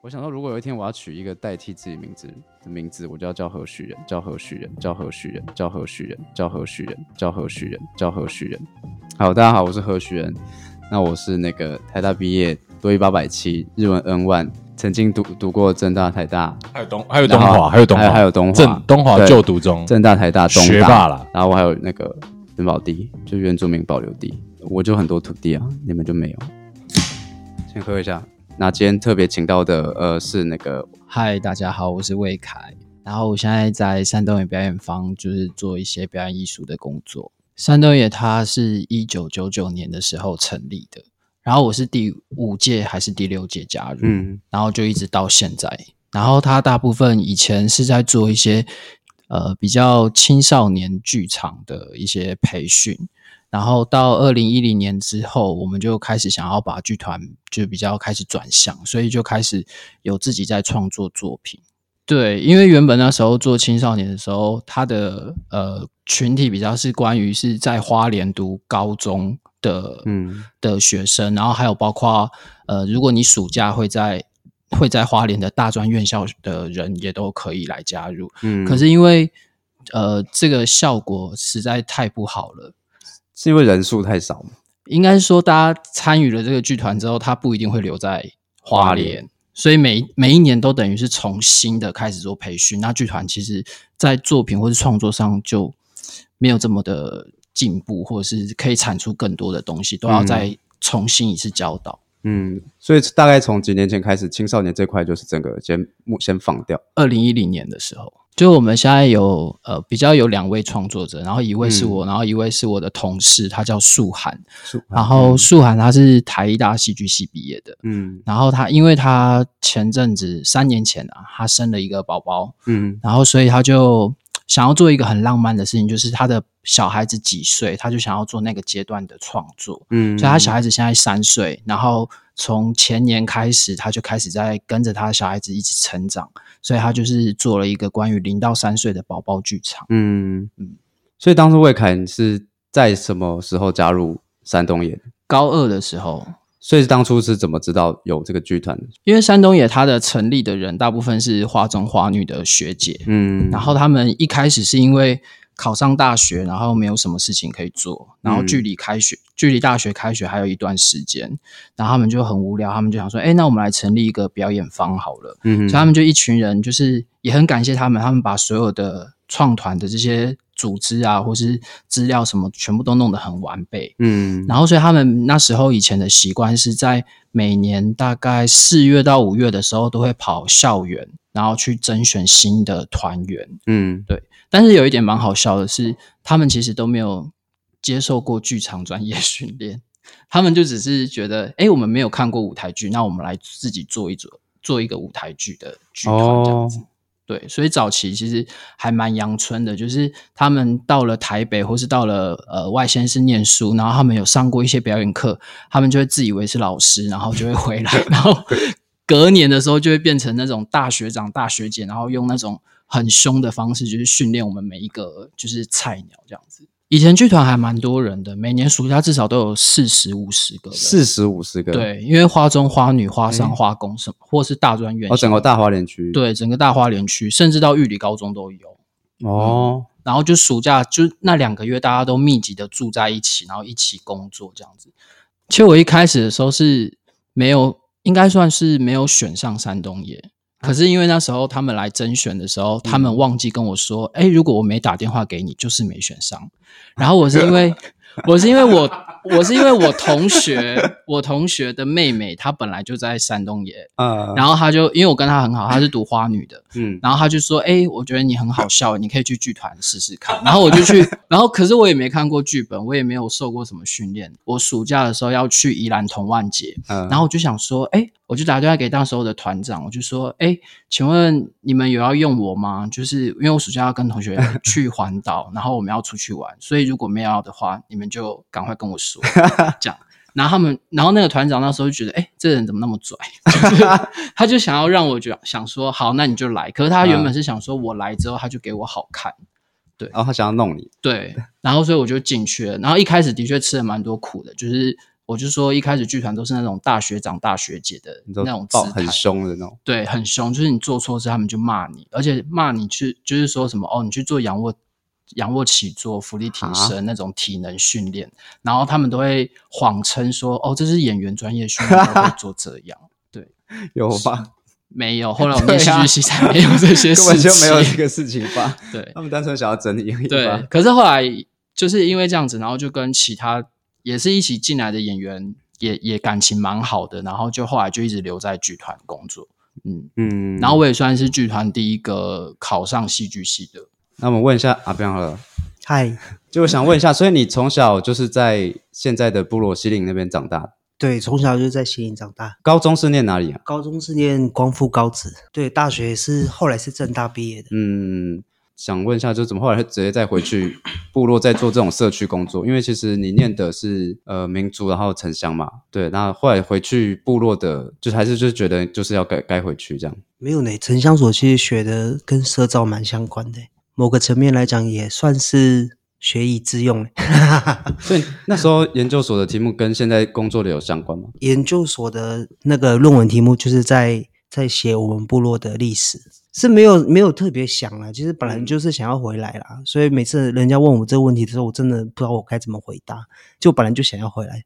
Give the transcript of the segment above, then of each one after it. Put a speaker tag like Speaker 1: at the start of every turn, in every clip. Speaker 1: 我想说，如果有一天我要取一个代替自己名字的名字，我就要叫何许人，叫何许人，叫何许人，叫何许人，叫何许人，叫何许人，叫何许人。好，大家好，我是何许人。那我是那个台大毕业，多一八百七，日文 N 万，曾经读读过政大、台大，
Speaker 2: 还有东，还有
Speaker 1: 然
Speaker 2: 东
Speaker 1: 后哎
Speaker 2: 华，还有东
Speaker 1: 还
Speaker 2: 华，
Speaker 1: 有还有东华
Speaker 2: 正东华
Speaker 1: 对
Speaker 2: 就读中，
Speaker 1: 政大、台大、东大
Speaker 2: 学霸啦。
Speaker 1: 然后我还有那个元宝地，就是原住民保留地，我就很多土地啊，你们就没有。先喝一下。那今天特别请到的，呃，是那个
Speaker 3: 嗨，大家好，我是魏凯，然后我现在在山东野表演坊，就是做一些表演艺术的工作。山东野它是一九九九年的时候成立的，然后我是第五届还是第六届加入，
Speaker 1: 嗯
Speaker 3: 然后就一直到现在。然后它大部分以前是在做一些呃比较青少年剧场的一些培训，然后到二零一零年之后，我们就开始想要把剧团就比较开始转向，所以就开始有自己在创作作品。对，因为原本那时候做青少年的时候，他的呃群体比较是关于是在花莲读高中的
Speaker 1: 嗯
Speaker 3: 的学生，然后还有包括呃，如果你暑假会在会在花莲的大专院校的人也都可以来加入。
Speaker 1: 嗯，
Speaker 3: 可是因为呃这个效果实在太不好了。
Speaker 1: 是因为人数太少嘛？
Speaker 3: 应该说，大家参与了这个剧团之后，他不一定会留在
Speaker 1: 花
Speaker 3: 花
Speaker 1: 莲
Speaker 3: 莲，所以每每一年都等于是从新的开始做培训。那剧团其实在作品或是创作上就没有这么的进步，或者是可以产出更多的东西，都要
Speaker 1: 嗯
Speaker 3: 再重新一次教导。
Speaker 1: 嗯，所以大概从几年前开始，青少年这块就是整个先目先放掉。
Speaker 3: 二零一零年的时候，就我们现在有呃比较有两位创作者，然后一位是我，然后一位是我的同事，他叫素涵，
Speaker 1: 嗯
Speaker 3: 然后素涵他是台艺大戏剧系毕业的。
Speaker 1: 嗯
Speaker 3: 然后他，因为他前阵子三年前啊，他生了一个宝宝，
Speaker 1: 嗯
Speaker 3: 然后所以他就想要做一个很浪漫的事情，就是他的小孩子几岁，他就想要做那个阶段的创作。
Speaker 1: 嗯，
Speaker 3: 所以他小孩子现在三岁，然后从前年开始，他就开始在跟着他的小孩子一起成长，所以他就是做了一个关于零到三岁的宝宝剧场。
Speaker 1: 嗯嗯，所以当初魏凯你是在什么时候加入山东演？
Speaker 3: 高二的时候，
Speaker 1: 所以当初是怎么知道有这个剧团的？
Speaker 3: 因为山东野它的成立的人大部分是花中花女的学姐，
Speaker 1: 嗯，
Speaker 3: 然后他们一开始是因为考上大学，然后没有什么事情可以做，然后距离开学、距离大学开学还有一段时间，然后他们就很无聊，他们就想说，哎，那我们来成立一个表演坊好了。
Speaker 1: 嗯
Speaker 3: 所以他们就一群人，就是也很感谢他们，他们把所有的创团的这些组织啊，或是资料什么，全部都弄得很完备。
Speaker 1: 嗯
Speaker 3: 然后，所以他们那时候以前的习惯是在每年大概四月到五月的时候，都会跑校园，然后去甄选新的团员。
Speaker 1: 嗯
Speaker 3: 但是有一点蛮好笑的是，他们其实都没有接受过剧场专业训练，他们就只是觉得，哎，我们没有看过舞台剧，那我们来自己做一做做一个舞台剧的剧团这样子。对，所以早期其实还蛮阳春的，就是他们到了台北或是到了呃外县市念书，然后他们有上过一些表演课，他们就会自以为是老师，然后就会回来，然后 隔年的时候就会变成那种大学长、大学姐，然后用那种很凶的方式，就是训练我们每一个就是菜鸟这样子。以前剧团还蛮多人的，每年暑假至少都有四十五十个人。
Speaker 1: 四十五十个，，
Speaker 3: 对，因为花中、花女、花商、
Speaker 1: 诶
Speaker 3: 花工什么，或是大专院
Speaker 1: 哦，整
Speaker 3: 校，
Speaker 1: 个大花莲区，，
Speaker 3: 对，整个大花莲区，甚至到玉里高中都有。
Speaker 1: 哦，
Speaker 3: 然后就暑假就那两个月，大家都密集的住在一起，然后一起工作这样子。其实我一开始的时候是没有，应该算是没有选上山东野。可是因为那时候他们来甄选的时候，他们忘记跟我说，哎、如果我没打电话给你，就是没选上。然后我是因为，我是因为我，我是因为我同学，我同学的妹妹，她本来就在山东野，
Speaker 1: 呃，
Speaker 3: 然后她就因为我跟她很好，她是读花女的，
Speaker 1: 嗯
Speaker 3: 然后他就说：“哎、我觉得你很好笑，你可以去剧团试试看。”然后我就去，然后可是我也没看过剧本，我也没有受过什么训练。我暑假的时候要去宜兰同万节，
Speaker 1: 嗯，
Speaker 3: 然后我就想说：“哎、我就打电话给那时候的团长，我就说：‘哎、请问你们有要用我吗？’就是因为我暑假要跟同学去环岛，然后我们要出去玩，所以如果没有要的话，你们就赶快跟我说。”这样。然后他们，然后那个团长那时候就觉得，哎、这人怎么那么拽？ 他就想要让我觉想说，好，那你就来。可是他原本是想说，我来之后他就给我好看，
Speaker 1: 然后他想要弄你，
Speaker 3: 对。然后所以我就进去了。然后一开始的确吃了蛮多苦的，就是我就说一开始剧团都是那种大学长、大学姐的
Speaker 1: 你知道
Speaker 3: 那种姿
Speaker 1: 爆
Speaker 3: 态，
Speaker 1: 很凶的那种，
Speaker 3: 对，很凶，就是你做错事，他们就骂你，而且骂你去就是说什么哦，你去做仰卧仰卧起坐、浮力挺
Speaker 1: 啊
Speaker 3: 身那种体能训练，然后他们都会谎称说哦，这是演员专业训练都会做这样。
Speaker 1: 有吧？
Speaker 3: 没有，后来我念
Speaker 1: 对
Speaker 3: 戏
Speaker 1: 啊
Speaker 3: 剧系才没有这 些
Speaker 1: 根本
Speaker 3: 事
Speaker 1: 就
Speaker 3: 情，
Speaker 1: 没有这个事情 吧？
Speaker 3: 对
Speaker 1: 他们单纯想要整理而已
Speaker 3: 对
Speaker 1: 吧。，
Speaker 3: 可是后来就是因为这样子，然后就跟其他也是一起进来的演员也也感情蛮好的，然后就后来就一直留在剧团工作。嗯，
Speaker 1: 嗯，
Speaker 3: 然后我也算是剧团第一个考上戏剧系的。
Speaker 1: 那我们问一下阿彪好了，
Speaker 2: 嗨，
Speaker 1: 就我想问一下，所以你从小就是在现在的布罗西林那边长大的，
Speaker 2: 对，从小就在西营长大，
Speaker 1: 高中是念哪里啊？
Speaker 2: 高中是念光复高职，对，大学是后来是正大毕业的。
Speaker 1: 嗯，想问一下，就怎么后来直接再回去部落，再做这种社区工作？因为其实你念的是呃民族，然后城乡嘛，对。那后来回去部落的，就还是就是觉得就是要该该回去这样。
Speaker 2: 没有呢，城乡所其实学的跟社造蛮相关的，某个层面来讲也算是学以致用了。
Speaker 1: 所以那时候研究所的题目跟现在工作的有相关吗？
Speaker 2: 研究所的那个论文题目就是在在写我们部落的历史，是没有没有特别想啊，其实本来就是想要回来啦，所以每次人家问我这个问题的时候，我真的不知道我该怎么回答，就本来就想要回来。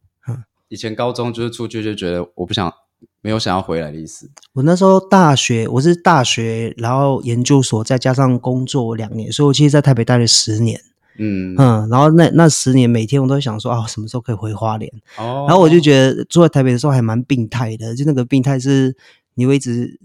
Speaker 1: 以前高中就是出去就觉得我不想，没有想要回来的意思。
Speaker 2: 我那时候大学，我是大学，然后研究所再加上工作两年，所以我其实在台北待了十年，
Speaker 1: 嗯，
Speaker 2: 嗯，然后那那十年每天我都想说啊，我什么时候可以回花莲？
Speaker 1: 哦
Speaker 2: 然后我就觉得住在台北的时候还蛮病态的，就那个病态是你会一直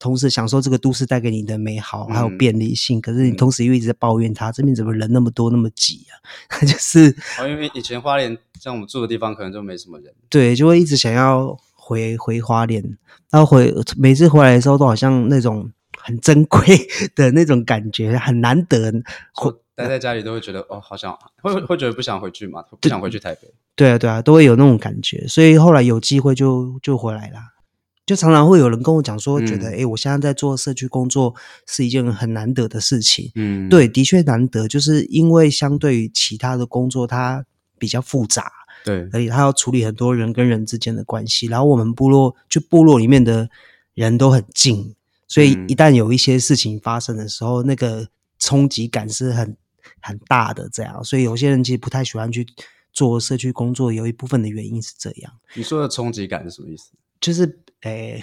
Speaker 2: 同时享受这个都市带给你的美好还有
Speaker 1: 嗯
Speaker 2: 便利性，可是你
Speaker 1: 嗯
Speaker 2: 同时又一直在抱怨它这边怎么人那么多那么挤啊， 就是
Speaker 1: 哦，因为以前花莲像我们住的地方可能就没什么人。
Speaker 2: 对，就会一直想要回回花莲，然后回每次回来的时候都好像那种很珍贵 的那种感觉，很难得。回
Speaker 1: 待在家里都会觉得哦，好想会会觉得不想回去嘛，不想回去台北。
Speaker 2: 对啊，对啊，都会有那种感觉，所以后来有机会就就回来啦。就常常会有人跟我讲说，觉得
Speaker 1: 嗯
Speaker 2: 诶，我现在在做社区工作是一件很难得的事情。
Speaker 1: 嗯，
Speaker 2: 对，的确难得，就是因为相对于其他的工作，它比较复杂，
Speaker 1: 对，
Speaker 2: 而且它要处理很多人跟人之间的关系。然后我们部落就部落里面的人都很近，所以
Speaker 1: 嗯
Speaker 2: 一旦有一些事情发生的时候，那个冲击感是很很大的。这样，所以有些人其实不太喜欢去做社区工作，有一部分的原因是这样，
Speaker 1: 你说的冲击感是什么意思？
Speaker 2: 就是诶。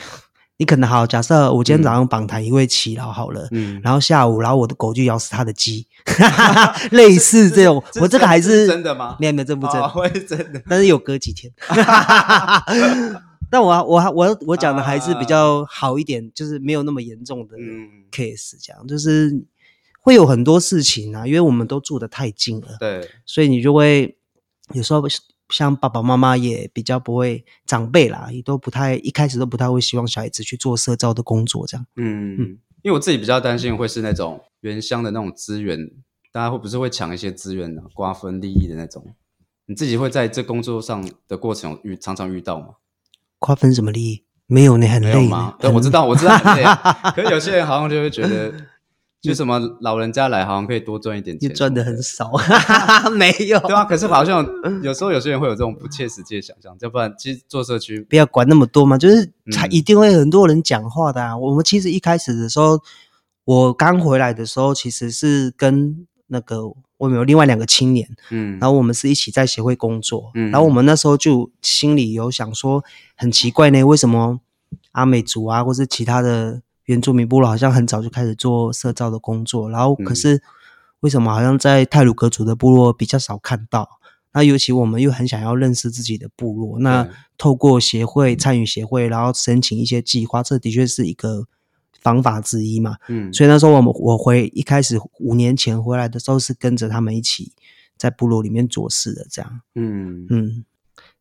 Speaker 2: 你可能好，假设我今天早上绑谈一位耆老好了，
Speaker 1: 嗯，
Speaker 2: 然后下午，然后我的狗就咬死他 的鸡， 类似这种。我这个还是
Speaker 1: 真的吗？
Speaker 2: 没有没有，这不真，
Speaker 1: 哦我也真的。
Speaker 2: 但是有隔几天。 但我我我我讲的还是比较好一点，就是没有那么严重的
Speaker 1: 啊嗯，
Speaker 2: case，这样就是会有很多事情啊，因为我们都住得太近了，
Speaker 1: 对，
Speaker 2: 所以你就会有时候像爸爸妈妈也比较不会，长辈啦也都不太一开始都不太会希望小孩子去做社造的工作这样。
Speaker 1: 嗯，因为我自己比较担心会是那种原乡的那种资源，大家会不是会抢一些资源啊，瓜分利益的那种。你自己会在这工作上的过程有遇常常遇到吗？
Speaker 2: 瓜分什么利益？没有呢，很
Speaker 1: 没有
Speaker 2: 累
Speaker 1: 吗
Speaker 2: 呢。？
Speaker 1: 对，我知
Speaker 2: 道。
Speaker 1: 道，我知道 很累，可是有些人好像就会觉得，就什么老人家来好像可以多赚一点
Speaker 2: 你
Speaker 1: 钱，
Speaker 2: 赚的很少， 没有。
Speaker 1: 对啊，可是好像
Speaker 2: 嗯
Speaker 1: 有有时候有些人会有这种不切实际的想象，要不然其实做社区，
Speaker 2: 不要管那么多嘛，就是他
Speaker 1: 嗯
Speaker 2: 一定会很多人讲话的、啊。我们其实一开始的时候，我刚回来的时候，其实是跟那个我们有另外两个青年，
Speaker 1: 嗯，
Speaker 2: 然后我们是一起在协会工作，
Speaker 1: 嗯
Speaker 2: 然后我们那时候就心里有想说，很奇怪呢，为什么阿美族啊，或是其他的原住民部落，好像很早就开始做社造的工作，然后
Speaker 1: 嗯
Speaker 2: 可是为什么好像在泰鲁格族的部落比较少看到？那尤其我们又很想要认识自己的部落，那
Speaker 1: 对
Speaker 2: 透过协会参与协会，然后申请一些计划，这的确是一个方法之一嘛。
Speaker 1: 嗯，
Speaker 2: 所以那时候我们我回一开始五年前回来的时候是跟着他们一起在部落里面做事的，这样，
Speaker 1: 嗯
Speaker 2: 嗯，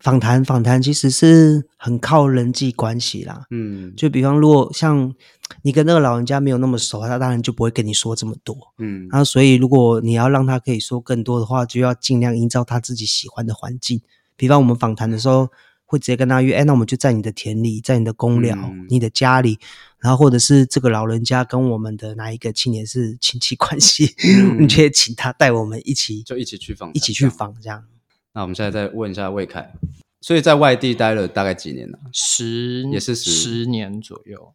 Speaker 2: 访谈访谈其实是很靠人际关系啦。
Speaker 1: 嗯
Speaker 2: 就比方，如果像你跟那个老人家没有那么熟，他当然就不会跟你说这么多。
Speaker 1: 嗯
Speaker 2: 然后，啊所以如果你要让他可以说更多的话，就要尽量营造他自己喜欢的环境。比方我们访谈的时候，会直接跟他约，哎，那我们就在你的田里，在你的公寮、
Speaker 1: 嗯
Speaker 2: 你的家里，然后或者是这个老人家跟我们的哪一个青年是亲戚关系，
Speaker 1: 嗯
Speaker 2: 你就会请他带我们一起
Speaker 1: 就一起去访谈，
Speaker 2: 一起去
Speaker 1: 这样。
Speaker 2: 访这样。
Speaker 1: 那我们现在再问一下魏凯，所以在外地待了大概几年呢、
Speaker 3: 十
Speaker 1: 也是十
Speaker 3: 十年左右。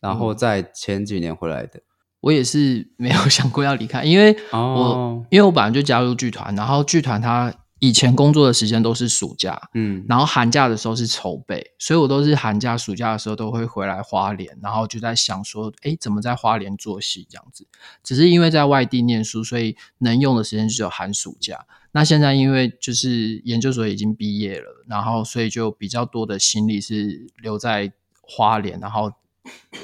Speaker 1: 然后在前几年回来的。
Speaker 3: 我也是没有想过要离开，因为我、
Speaker 1: 哦
Speaker 3: 因为我本来就加入剧团，然后剧团它以前工作的时间都是暑假，
Speaker 1: 嗯，
Speaker 3: 然后寒假的时候是筹备，所以我都是寒假、暑假的时候都会回来花莲，然后就在想说，哎，怎么在花莲做戏这样子？只是因为在外地念书，所以能用的时间只有寒暑假。那现在因为就是研究所已经毕业了，然后所以就比较多的心力是留在花莲，然后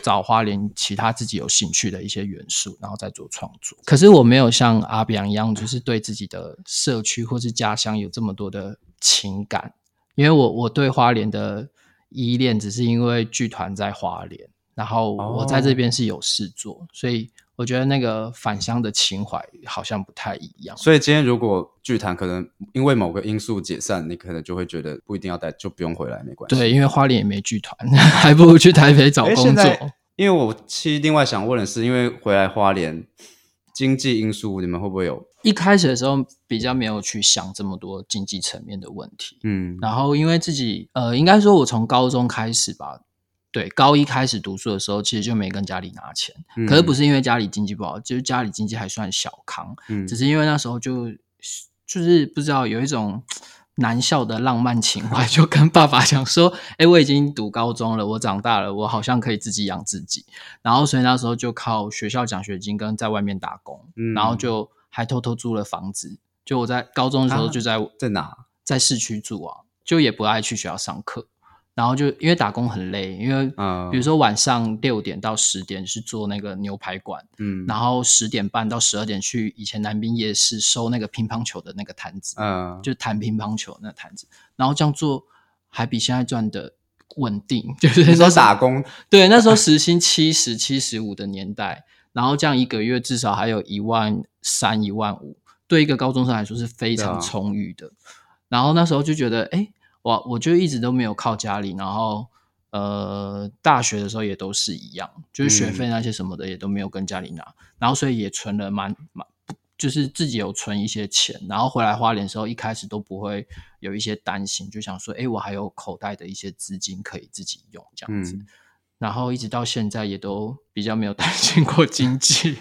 Speaker 3: 找花莲其他自己有兴趣的一些元素，然后再做创作。可是我没有像阿比昂一样，就是对自己的社区或是家乡有这么多的情感。因为我我对花莲的依恋，只是因为剧团在花莲，然后我在这边是有事做，所以我觉得那个返乡的情怀好像不太一样。
Speaker 1: 所以今天如果剧团可能因为某个因素解散，你可能就会觉得不一定要待，就不用回来，没关系。
Speaker 3: 对，因为花莲也没剧团， 还不如去台北找
Speaker 1: 诶
Speaker 3: 工
Speaker 1: 现
Speaker 3: 作。
Speaker 1: 在因为我其实另外想问的是，因为回来花莲经济因素，你们会不会有？
Speaker 3: 一开始的时候比较没有去想这么多经济层面的问题，
Speaker 1: 嗯，
Speaker 3: 然后因为自己呃，应该说我从高中开始吧，对，高一开始读书的时候，其实就没跟家里拿钱，
Speaker 1: 嗯
Speaker 3: 可是不是因为家里经济不好，就是家里经济还算小康，
Speaker 1: 嗯
Speaker 3: 只是因为那时候就就是不知道有一种男校的浪漫情怀， 就跟爸爸讲说：“哎、我已经读高中了，我长大了，我好像可以自己养自己。”然后所以那时候就靠学校奖学金跟在外面打工，
Speaker 1: 嗯
Speaker 3: 然后就还偷偷租了房子。就我在高中的时候
Speaker 1: 啊
Speaker 3: 就在、
Speaker 1: 在哪？
Speaker 3: 在市区住啊，就也不爱去学校上课。然后就因为打工很累，因为
Speaker 1: 啊
Speaker 3: 比如说晚上六点到十点是做那个牛排馆，
Speaker 1: 嗯
Speaker 3: 然后十点半到十二点去以前南滨夜市收那个乒乓球的那个摊子，
Speaker 1: 嗯，
Speaker 3: 就弹乒乓球那个摊子，然后这样做还比现在赚的稳定， 就是
Speaker 1: 你说
Speaker 3: 那时候
Speaker 1: 打工，
Speaker 3: 对那时候时薪七十七十五的年代，然后这样一个月至少还有一万三一万五，对一个高中生来说是非
Speaker 1: 对啊
Speaker 3: 常充裕的。然后那时候就觉得，哎，我我就一直都没有靠家里，然后呃，大学的时候也都是一样，就是学
Speaker 1: 嗯
Speaker 3: 费那些什么的也都没有跟家里拿，然后所以也存了蛮蛮，就是自己有存一些钱，然后回来花莲的时候，一开始都不会有一些担心，就想说，哎，我还有口袋的一些资金可以自己用这样子，
Speaker 1: 嗯
Speaker 3: 然后一直到现在也都比较没有 担心过经济，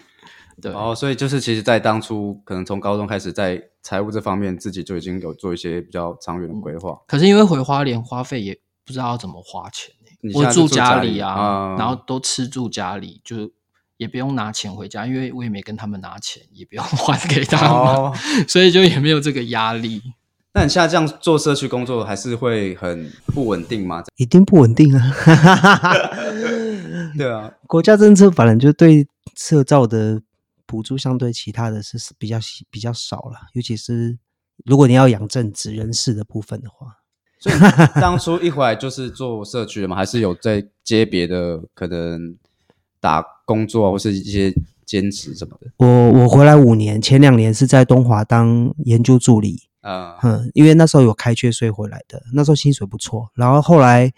Speaker 3: 对。
Speaker 1: 哦，所以就是其实，在当初可能从高中开始，在财务这方面自己就已经有做一些比较长远的规划。
Speaker 3: 可是因为回花莲花费也不知道怎么花钱欸、
Speaker 1: 你现
Speaker 3: 我
Speaker 1: 在就住
Speaker 3: 家
Speaker 1: 家里
Speaker 3: 啊，
Speaker 1: 啊
Speaker 3: 然后都吃住家里，就也不用拿钱回家，因为我也没跟他们拿钱，也不用 还给他们，
Speaker 1: 哦，
Speaker 3: 所以就也没有这个压力。
Speaker 1: 那你现在这样做社区工作，还是会很不稳定吗？
Speaker 2: 一定不稳定啊！
Speaker 1: 对啊，
Speaker 2: 国家政策反正就对社造的补助相对其他的是是比较稀比较少了，尤其是如果你要养正职人士的部分的话，
Speaker 1: 所以当初一回来就是做社区的嘛，还是有在接别的可能打工作啊或是一些兼职什么的。
Speaker 2: 我我回来五年，前两年是在东华当研究助理，
Speaker 1: 啊、
Speaker 2: 嗯，因为那时候有开缺，所以回来的。那时候薪水不错，然后后来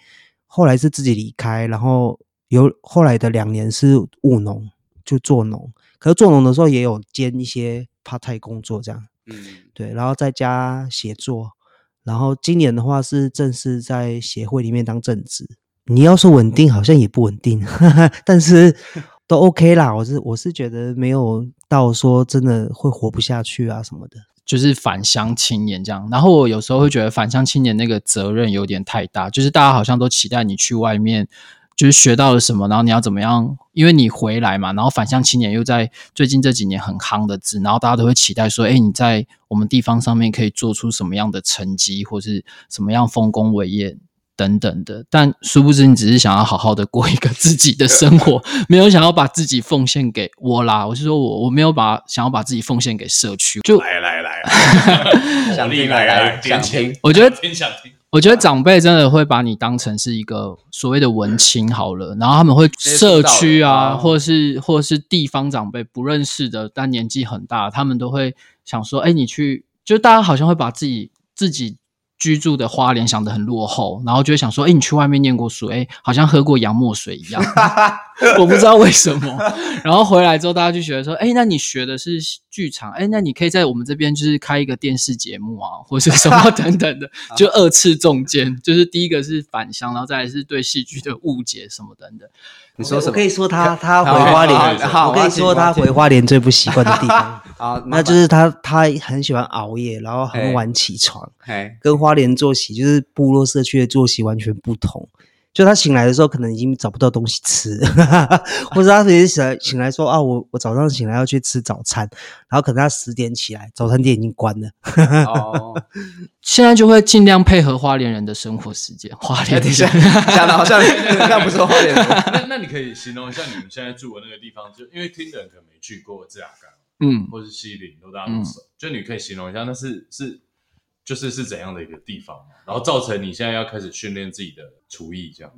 Speaker 2: 后来是自己离开，然后有后来的两年是务农，就做农。可是做农的时候也有兼一些 part time 工作这样，
Speaker 1: 嗯，
Speaker 2: 对，然后在家写作。然后今年的话是正式在协会里面当正职。你要说稳定，好像也不稳定， 但 是都 OK 啦。我是我是觉得没有到说真的会活不下去啊什么的。
Speaker 3: 就是返乡青年这样，然后我有时候会觉得返乡青年那个责任有点太大，就是大家好像都期待你去外面，就是学到了什么，然后你要怎么样，因为你回来嘛，然后返乡青年又在最近这几年很夯的字，然后大家都会期待说，哎，你在我们地方上面可以做出什么样的成绩，或是什么样丰功伟业。等等的，但殊不知你只是想要好好的过一个自己的生活，没有想要把自己奉献给我啦。我是说我我没有把想要把自己奉献给社区，就
Speaker 4: 来来 来，
Speaker 1: 想
Speaker 4: 想
Speaker 1: 听
Speaker 4: 听
Speaker 1: 来
Speaker 4: 来
Speaker 1: 来
Speaker 4: 来，
Speaker 1: 想
Speaker 4: 想
Speaker 1: 听
Speaker 4: 听，
Speaker 3: 我觉得
Speaker 4: 听想 听，
Speaker 3: 我觉得长辈真的会把你当成是一个所谓的文青好了，然后他们会社区
Speaker 1: 接触到
Speaker 3: 啊，
Speaker 1: 了哦
Speaker 3: 或是或是地方长辈不认识的，但年纪很大，他们都会想说，哎，你去，就大家好像会把自己自己居住的花莲想得很落后，然后就会想说，哎、你去外面念过书，哎、好像喝过洋墨水一 样，我不知道为什么。然后回来之后，大家就觉得说，哎、那你学的是剧场，哎、那你可以在我们这边就是开一个电视节目啊，或是什么 等等的，
Speaker 1: 啊
Speaker 3: 就二次中间，就是第一个是返乡，然后再来是对戏剧的误解什么等等。
Speaker 1: 你说什
Speaker 2: 我
Speaker 1: 么
Speaker 2: 可？以说他他回花莲，
Speaker 1: 好好好
Speaker 2: 我可以说他回花莲最不习惯的 地方，
Speaker 1: 啊，
Speaker 2: 那就是他他很喜欢熬夜，然后很晚起床，
Speaker 1: 哎，
Speaker 2: 跟花莲作息就是部落社区的作息完全不同。就他醒来的时候，可能已经找不到东西吃， 或者他直接醒来醒来说啊，我我早上醒来要去吃早餐，然后可能他十点起来，早餐店已经关了。
Speaker 1: 哦，
Speaker 3: 现在就会尽量配合花莲人的生活时间，花
Speaker 1: 哎
Speaker 3: 莲
Speaker 1: 等一
Speaker 3: 人
Speaker 1: 下，讲的好 像那不是花莲人，
Speaker 4: 那那你可以形容一下你们现在住的那个地方，就因为听的人可能没去过自雅港
Speaker 3: 嗯，
Speaker 4: 或是西岭，都大家不熟，
Speaker 2: 嗯
Speaker 4: 就你可以形容一下那是是就是是怎样的一个地方嘛，然后造成你现在要开始训练自己的厨艺这样。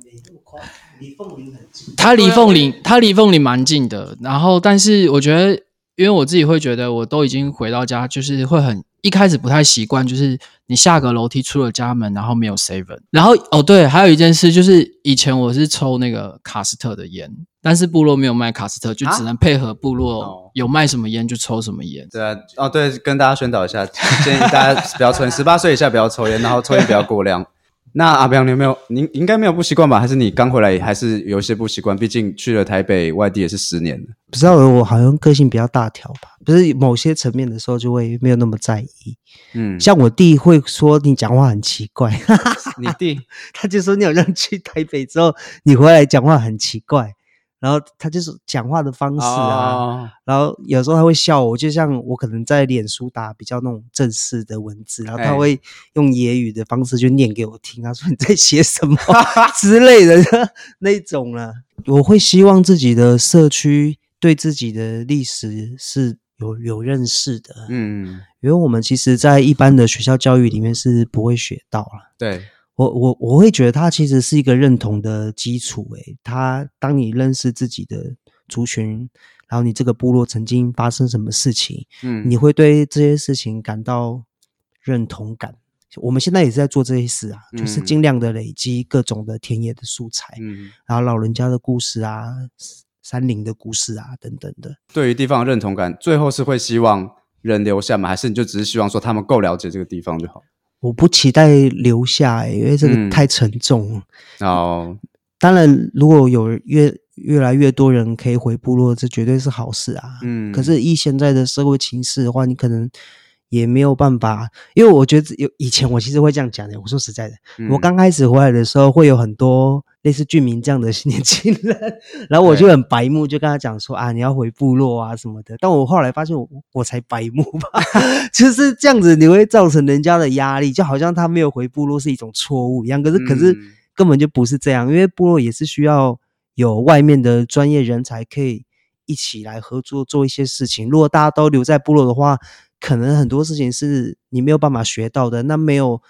Speaker 2: 离凤林很近，
Speaker 3: 它离凤林，它离凤林蛮近的。然后，但是我觉得，因为我自己会觉得，我都已经回到家，就是会很一开始不太习惯，就是你下个楼梯出了家门，然后没有 seven。然后哦，对，还有一件事就是，以前我是抽那个卡斯特的烟，但是部落没有卖卡斯特，就只能配合部
Speaker 1: 哦
Speaker 3: 落有卖什么烟就抽什么烟。
Speaker 1: 对啊，哦对，跟大家宣导一下，建议大家不要抽烟，十八岁以下不要抽烟，然后抽烟不要过量。那阿彪，你有没有？你应该没有不习惯吧？还是你刚回来还是有一些不习惯？毕竟去了台北外地也是十年了。
Speaker 2: 不知道我好像个性比较大条吧，不是某些层面的时候就会没有那么在意。
Speaker 1: 嗯，
Speaker 2: 像我弟会说你讲话很奇怪，
Speaker 1: 你弟，
Speaker 2: 他就说你好像去台北之后，你回来讲话很奇怪，然后他就是讲话的方式啊，
Speaker 1: 哦
Speaker 2: 然后有时候他会笑我，就像我可能在脸书打比较那种正式的文字，然后他
Speaker 1: 哎
Speaker 2: 会用揶揄的方式就念给我听，他说你在写 什么之类的 那种了。我会希望自己的社区对自己的历史是有有认识的，
Speaker 1: 嗯，
Speaker 2: 因为我们其实，在一般的学校教育里面是不会学到了。
Speaker 1: 对，
Speaker 2: 我我我会觉得它其实是一个认同的基础，诶，它当你认识自己的族群，然后你这个部落曾经发生什么事情，
Speaker 1: 嗯，
Speaker 2: 你会对这些事情感到认同感。我们现在也是在做这些事啊，就是
Speaker 1: 嗯
Speaker 2: 尽量的累积各种的田野的素材，
Speaker 1: 嗯，
Speaker 2: 然后老人家的故事啊、山林的故事啊等等的。
Speaker 1: 对于地方的认同感，最后是会希望人留下吗？还是你就只是希望说他们够了解这个地方就好？
Speaker 2: 我不期待留下、欸诶，因为这
Speaker 1: 嗯
Speaker 2: 个太沉重了。
Speaker 1: 哦，
Speaker 2: 当然，如果有越越来越多人可以回部落，这绝对是好事啊。
Speaker 1: 嗯
Speaker 2: 可是以现在的社会情势的话，你可能也没有办法，因为我觉得有以前我其实会这样讲的。我说实在的，
Speaker 1: 嗯
Speaker 2: 我刚开始回来的时候，会有很多类似俊明这样的年轻 人，然后我
Speaker 1: 对
Speaker 2: 就很白目，就跟他讲说啊，你要回部落啊什么的。但我后来发现我，我才白目吧， 就是这样子，你会造成人家的压力，就好像他没有回部落是一种错误一样。可是，可是。
Speaker 1: 嗯
Speaker 2: 根本就不是这样，因为部落也是需要有外面的专业人才可以一起来合作做一些事情。如果大家都留在部落的话，可能很多事情是你没有办法学到的。那没有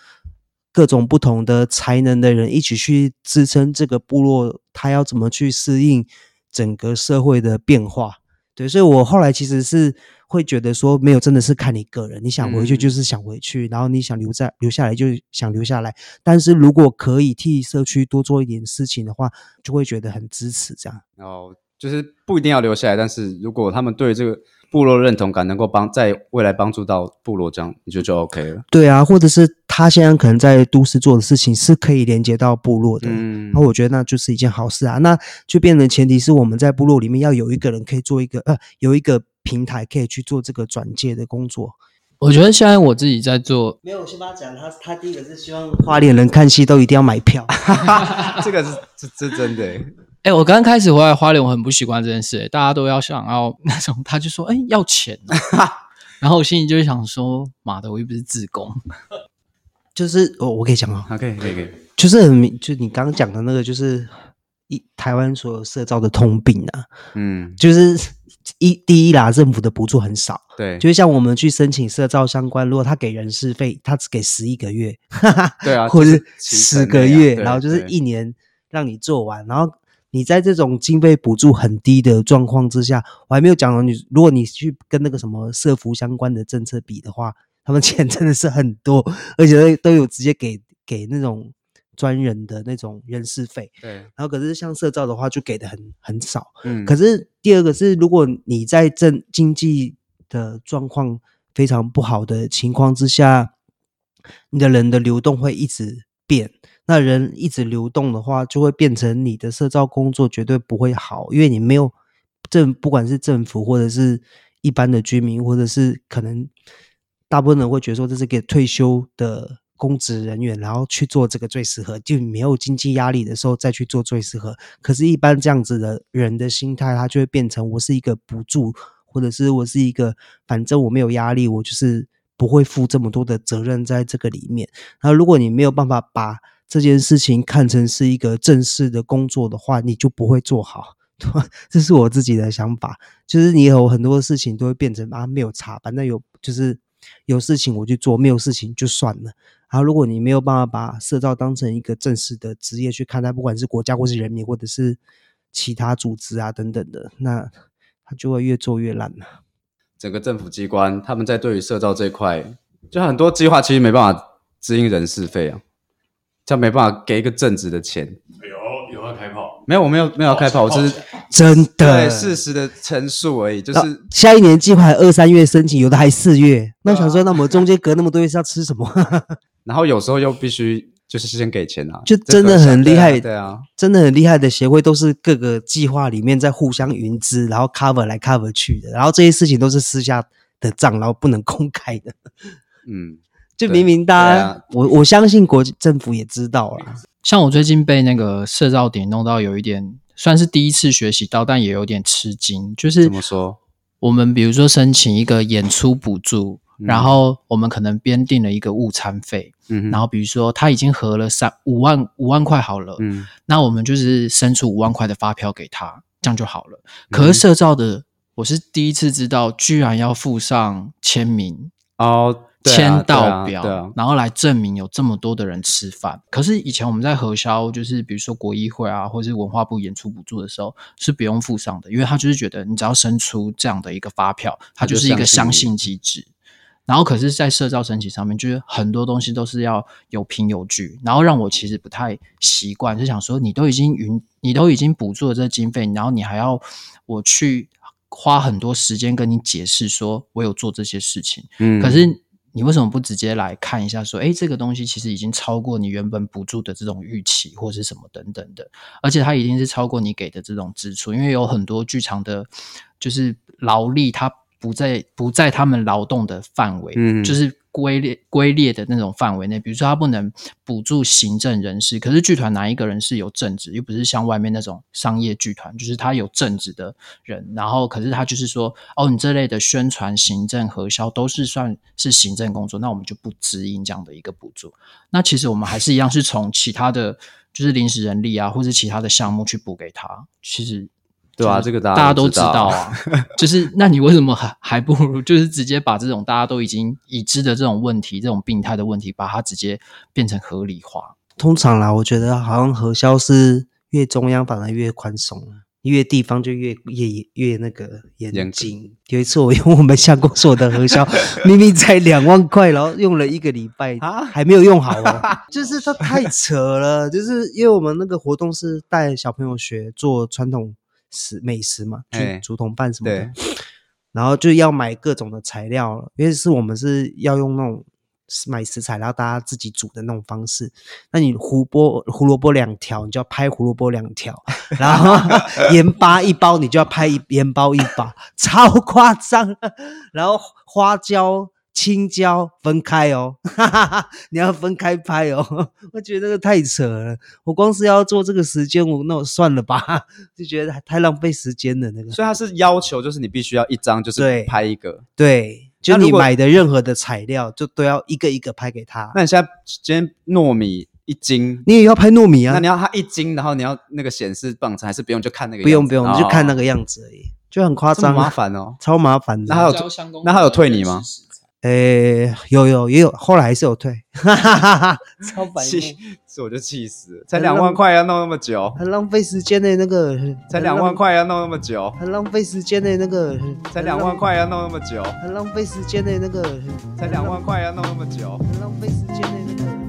Speaker 2: 各种不同的才能的人一起去支撑这个部落，他要怎么去适应整个社会的变化？对，所以我后来其实是会觉得说，没有真的是看你个人，你想回去
Speaker 1: 嗯
Speaker 2: 就是想回去，然后你想留在留下来就想留下来。但是如果可以替社区多做一点事情的话，就会觉得很支持这样。
Speaker 1: 然后就是不一定要留下来，但是如果他们对这个部落认同感能够帮在未来帮助到部落，这样你就就 OK 了。
Speaker 2: 对啊，或者是他现在可能在都市做的事情是可以连接到部落的，
Speaker 1: 嗯
Speaker 2: 然后我觉得那就是一件好事啊。那就变成前提是我们在部落里面要有一个人可以做一个呃有一个平台可以去做这个转介的工作。
Speaker 3: 我觉得现在我自己在做，
Speaker 2: 没有，我先帮他讲，他他第一个是希望花莲人看戏都一定要买票，
Speaker 1: 这个是这这真的欸，
Speaker 3: 哎、我刚开始回来花莲，我很不习惯这件事、哎大家都要想要 那种，他就说，哎、要钱啊、 然后我心里就会想说，妈的，我又不是自工。
Speaker 2: 就是哦，我可以讲啊，
Speaker 1: 好，可以可以可以，
Speaker 2: 就是很明，就你刚刚讲的那个，就是一台湾所有社造的通病啊，
Speaker 1: 嗯，
Speaker 2: 就是 一第一啦，政府的补助很少，
Speaker 1: 对，
Speaker 2: 就是像我们去申请社造相关，如果他给人事费，他只给十一个月， 哈哈，
Speaker 1: 对啊
Speaker 2: 或
Speaker 1: 就
Speaker 2: 者
Speaker 1: 是
Speaker 2: 是
Speaker 1: 骑乘
Speaker 2: 十个
Speaker 1: 那
Speaker 2: 月，
Speaker 1: 样对
Speaker 2: 然后就是
Speaker 1: 对
Speaker 2: 一年让你做完，然后你在这种经费补助很低的状况之下，我还没有讲到你，如果你去跟那个什么社服相关的政策比的话，他们钱真的是很多， 而且都都有直接给给那种专人的那种人事费。
Speaker 1: 对，
Speaker 2: 然后可是像社造的话，就给的很很少。
Speaker 1: 嗯
Speaker 2: 可是第二个是，如果你在正经济的状况非常不好的情况之下，你的人的流动会一直变。那人一直流动的话，就会变成你的社造工作绝对不会好，因为你没有政，不管是政府或者是一般的居民，或者是可能大部分人会觉得说这是给退休的公职人员，然后去做这个最适合，就没有经济压力的时候再去做最适合。可是，一般这样子的人的心态，他就会变成我是一个补助，或者是我是一个反正我没有压力，我就是不会负这么多的责任在这个里面。那如果你没有办法把这件事情看成是一个正式的工作的话，你就不会做好。 对吧这是我自己的想法，就是你有很多事情都会变成啊没有查，反正有就是有事情我去做，没有事情就算了。然后，如果你没有办法把社造当成一个正式的职业去看待，不管是国家或是人民，或者是其他组织啊等等的，那它就会越做越烂了。
Speaker 1: 整个政府机关他们在对于社造这一块，就很多计划其实没办法支应人事费啊，他没办法给一个正职的钱。
Speaker 4: 有有要开炮，
Speaker 1: 没有，我没有没有要开炮，我只是
Speaker 2: 真的
Speaker 1: 对事实的陈述而已，就
Speaker 2: 然后
Speaker 1: 是
Speaker 2: 下一年计划还二三月申请，有的还四月。那想
Speaker 1: 啊
Speaker 2: 说，那我们中间隔那么多月是要吃什么？
Speaker 1: 然后有时候又必须就是先给钱啊，
Speaker 2: 就
Speaker 1: 这可
Speaker 2: 真的很
Speaker 1: 想
Speaker 2: 厉害
Speaker 1: 对啊，
Speaker 2: 真的很厉害的协会，都是各个计划里面在互相匀资，然后 cover 来 cover 去的，然后这些事情都是私下的账，然后不能公开的。
Speaker 1: 嗯，
Speaker 2: 就
Speaker 1: 对
Speaker 2: 明明大家，
Speaker 1: 对啊
Speaker 2: 我我相信国政府也知道啦。
Speaker 3: 像我最近被那个社造点弄到有一点，算是第一次学习到，但也有点吃惊。就是
Speaker 1: 怎么说？
Speaker 3: 我们比如说申请一个演出补助，然后我们可能编定了一个误餐费，
Speaker 1: 嗯哼，
Speaker 3: 然
Speaker 1: 后
Speaker 3: 后比如说他已经合了三五万五万块好了，
Speaker 1: 嗯，
Speaker 3: 那我们就是伸出五万块的发票给他，这样就好了。可是社造的，我是第一次知道，居然要附上签名。
Speaker 1: 哦，对啊
Speaker 3: 签到表，
Speaker 1: 对啊，
Speaker 3: 然后来证明有这么多的人吃饭。可是以前我们在核销，就是比如说国议会啊，或是文化部演出补助的时候，是不用附上的，因为他就是觉得你只要伸出这样的一个发票，它就是一个相信机制。然后可是，在社造申请上面，就是很多东西都是要有凭有据，然后让我其实不太习惯，就想说你都已经云，你都已经补助了这经费，然后你还要我去花很多时间跟你解释说我有做这些事情，
Speaker 1: 嗯，
Speaker 3: 可是你为什么不直接来看一下说，哎，这个东西其实已经超过你原本补助的这种预期，或是什么等等的，而且它一定是超过你给的这种支出，因为有很多剧场的，就是劳力它不在不在他们劳动的范围，
Speaker 1: 嗯
Speaker 3: 就是。归列归列的那种范围内，比如说他不能补助行政人士，可是剧团哪一个人是有正职，又不是像外面那种商业剧团，就是他有正职的人，然后可是他就是说，哦，你这类的宣传、行政、核销都是算是行政工作，那我们就不支应这样的一个补助。那其实我们还是一样是从其他的，就是临时人力啊，或是其他的项目去补给他。其实
Speaker 1: 对啊
Speaker 3: 就是
Speaker 1: 这个大
Speaker 3: 大
Speaker 1: 家都
Speaker 3: 都
Speaker 1: 知道
Speaker 3: 啊，就是那你为什么还还不如就是直接把这种大家都已经已知的这种问题、这种病态的问题，把它直接变成合理化？
Speaker 2: 通常啦，我觉得好像核销是越中央反而越宽松了。越地方就越越越那个
Speaker 1: 严
Speaker 2: 严
Speaker 1: 格
Speaker 2: 谨。有一次我用我们下公所的核 销，明明才两万块，然后用了一个礼拜
Speaker 1: 啊
Speaker 2: 还没有用好哦。 就是它太扯了， 就是因为我们那个活动是带小朋友学做传统食美食嘛，
Speaker 1: 哎
Speaker 2: 去竹筒饭什么
Speaker 1: 对
Speaker 2: 的，然后就要买各种的材料了，因为是我们是要用那种买食材，然后大家自己煮的那种方式。那你胡萝卜胡萝卜两条，你就要拍胡萝卜两条， 然后盐巴一包，你就要拍一盐包一包，超夸张。然后花椒、青椒分开哦， 哈哈哈，你要分开拍哦。我觉得那个太扯了，我光是要做这个时间，我那我算了吧，就觉得太浪费时间了。那个
Speaker 1: 所以他是要求，就是你必须要一张，就是
Speaker 2: 对
Speaker 1: 拍一个。
Speaker 2: 对，
Speaker 1: 那
Speaker 2: 就
Speaker 1: 如
Speaker 2: 你
Speaker 1: 果
Speaker 2: 买的任何的材料，就都要一个一个拍给他。
Speaker 1: 那你现在今天糯米一斤，
Speaker 2: 你也要拍糯米啊？
Speaker 1: 那你要它一斤，然后你要那个显示磅秤，还是不用就看那个样子？
Speaker 2: 不用不用，你就看那
Speaker 1: 个
Speaker 2: 个样子而已，就很夸
Speaker 1: 哦这么
Speaker 2: 张啊，
Speaker 1: 麻烦哦。
Speaker 2: 超麻烦
Speaker 1: 那还
Speaker 2: 的。
Speaker 1: 有那他有退你吗？
Speaker 2: 诶，有有也有，后来还是有退， 哈哈哈哈，超 白目，
Speaker 1: 气，这我就气死了，才两万块要弄那么久，
Speaker 2: 很浪费时间的、那个，
Speaker 1: 才
Speaker 2: 很
Speaker 1: 两万
Speaker 2: 浪，
Speaker 1: 块要弄那么久，
Speaker 2: 很浪费时间的、那个，
Speaker 1: 才
Speaker 2: 很
Speaker 1: 两万
Speaker 2: 浪，
Speaker 1: 块要弄那么久，
Speaker 2: 很浪费时间的、那个，
Speaker 1: 才两万块要弄那么久。
Speaker 2: 很浪费时间的、那个。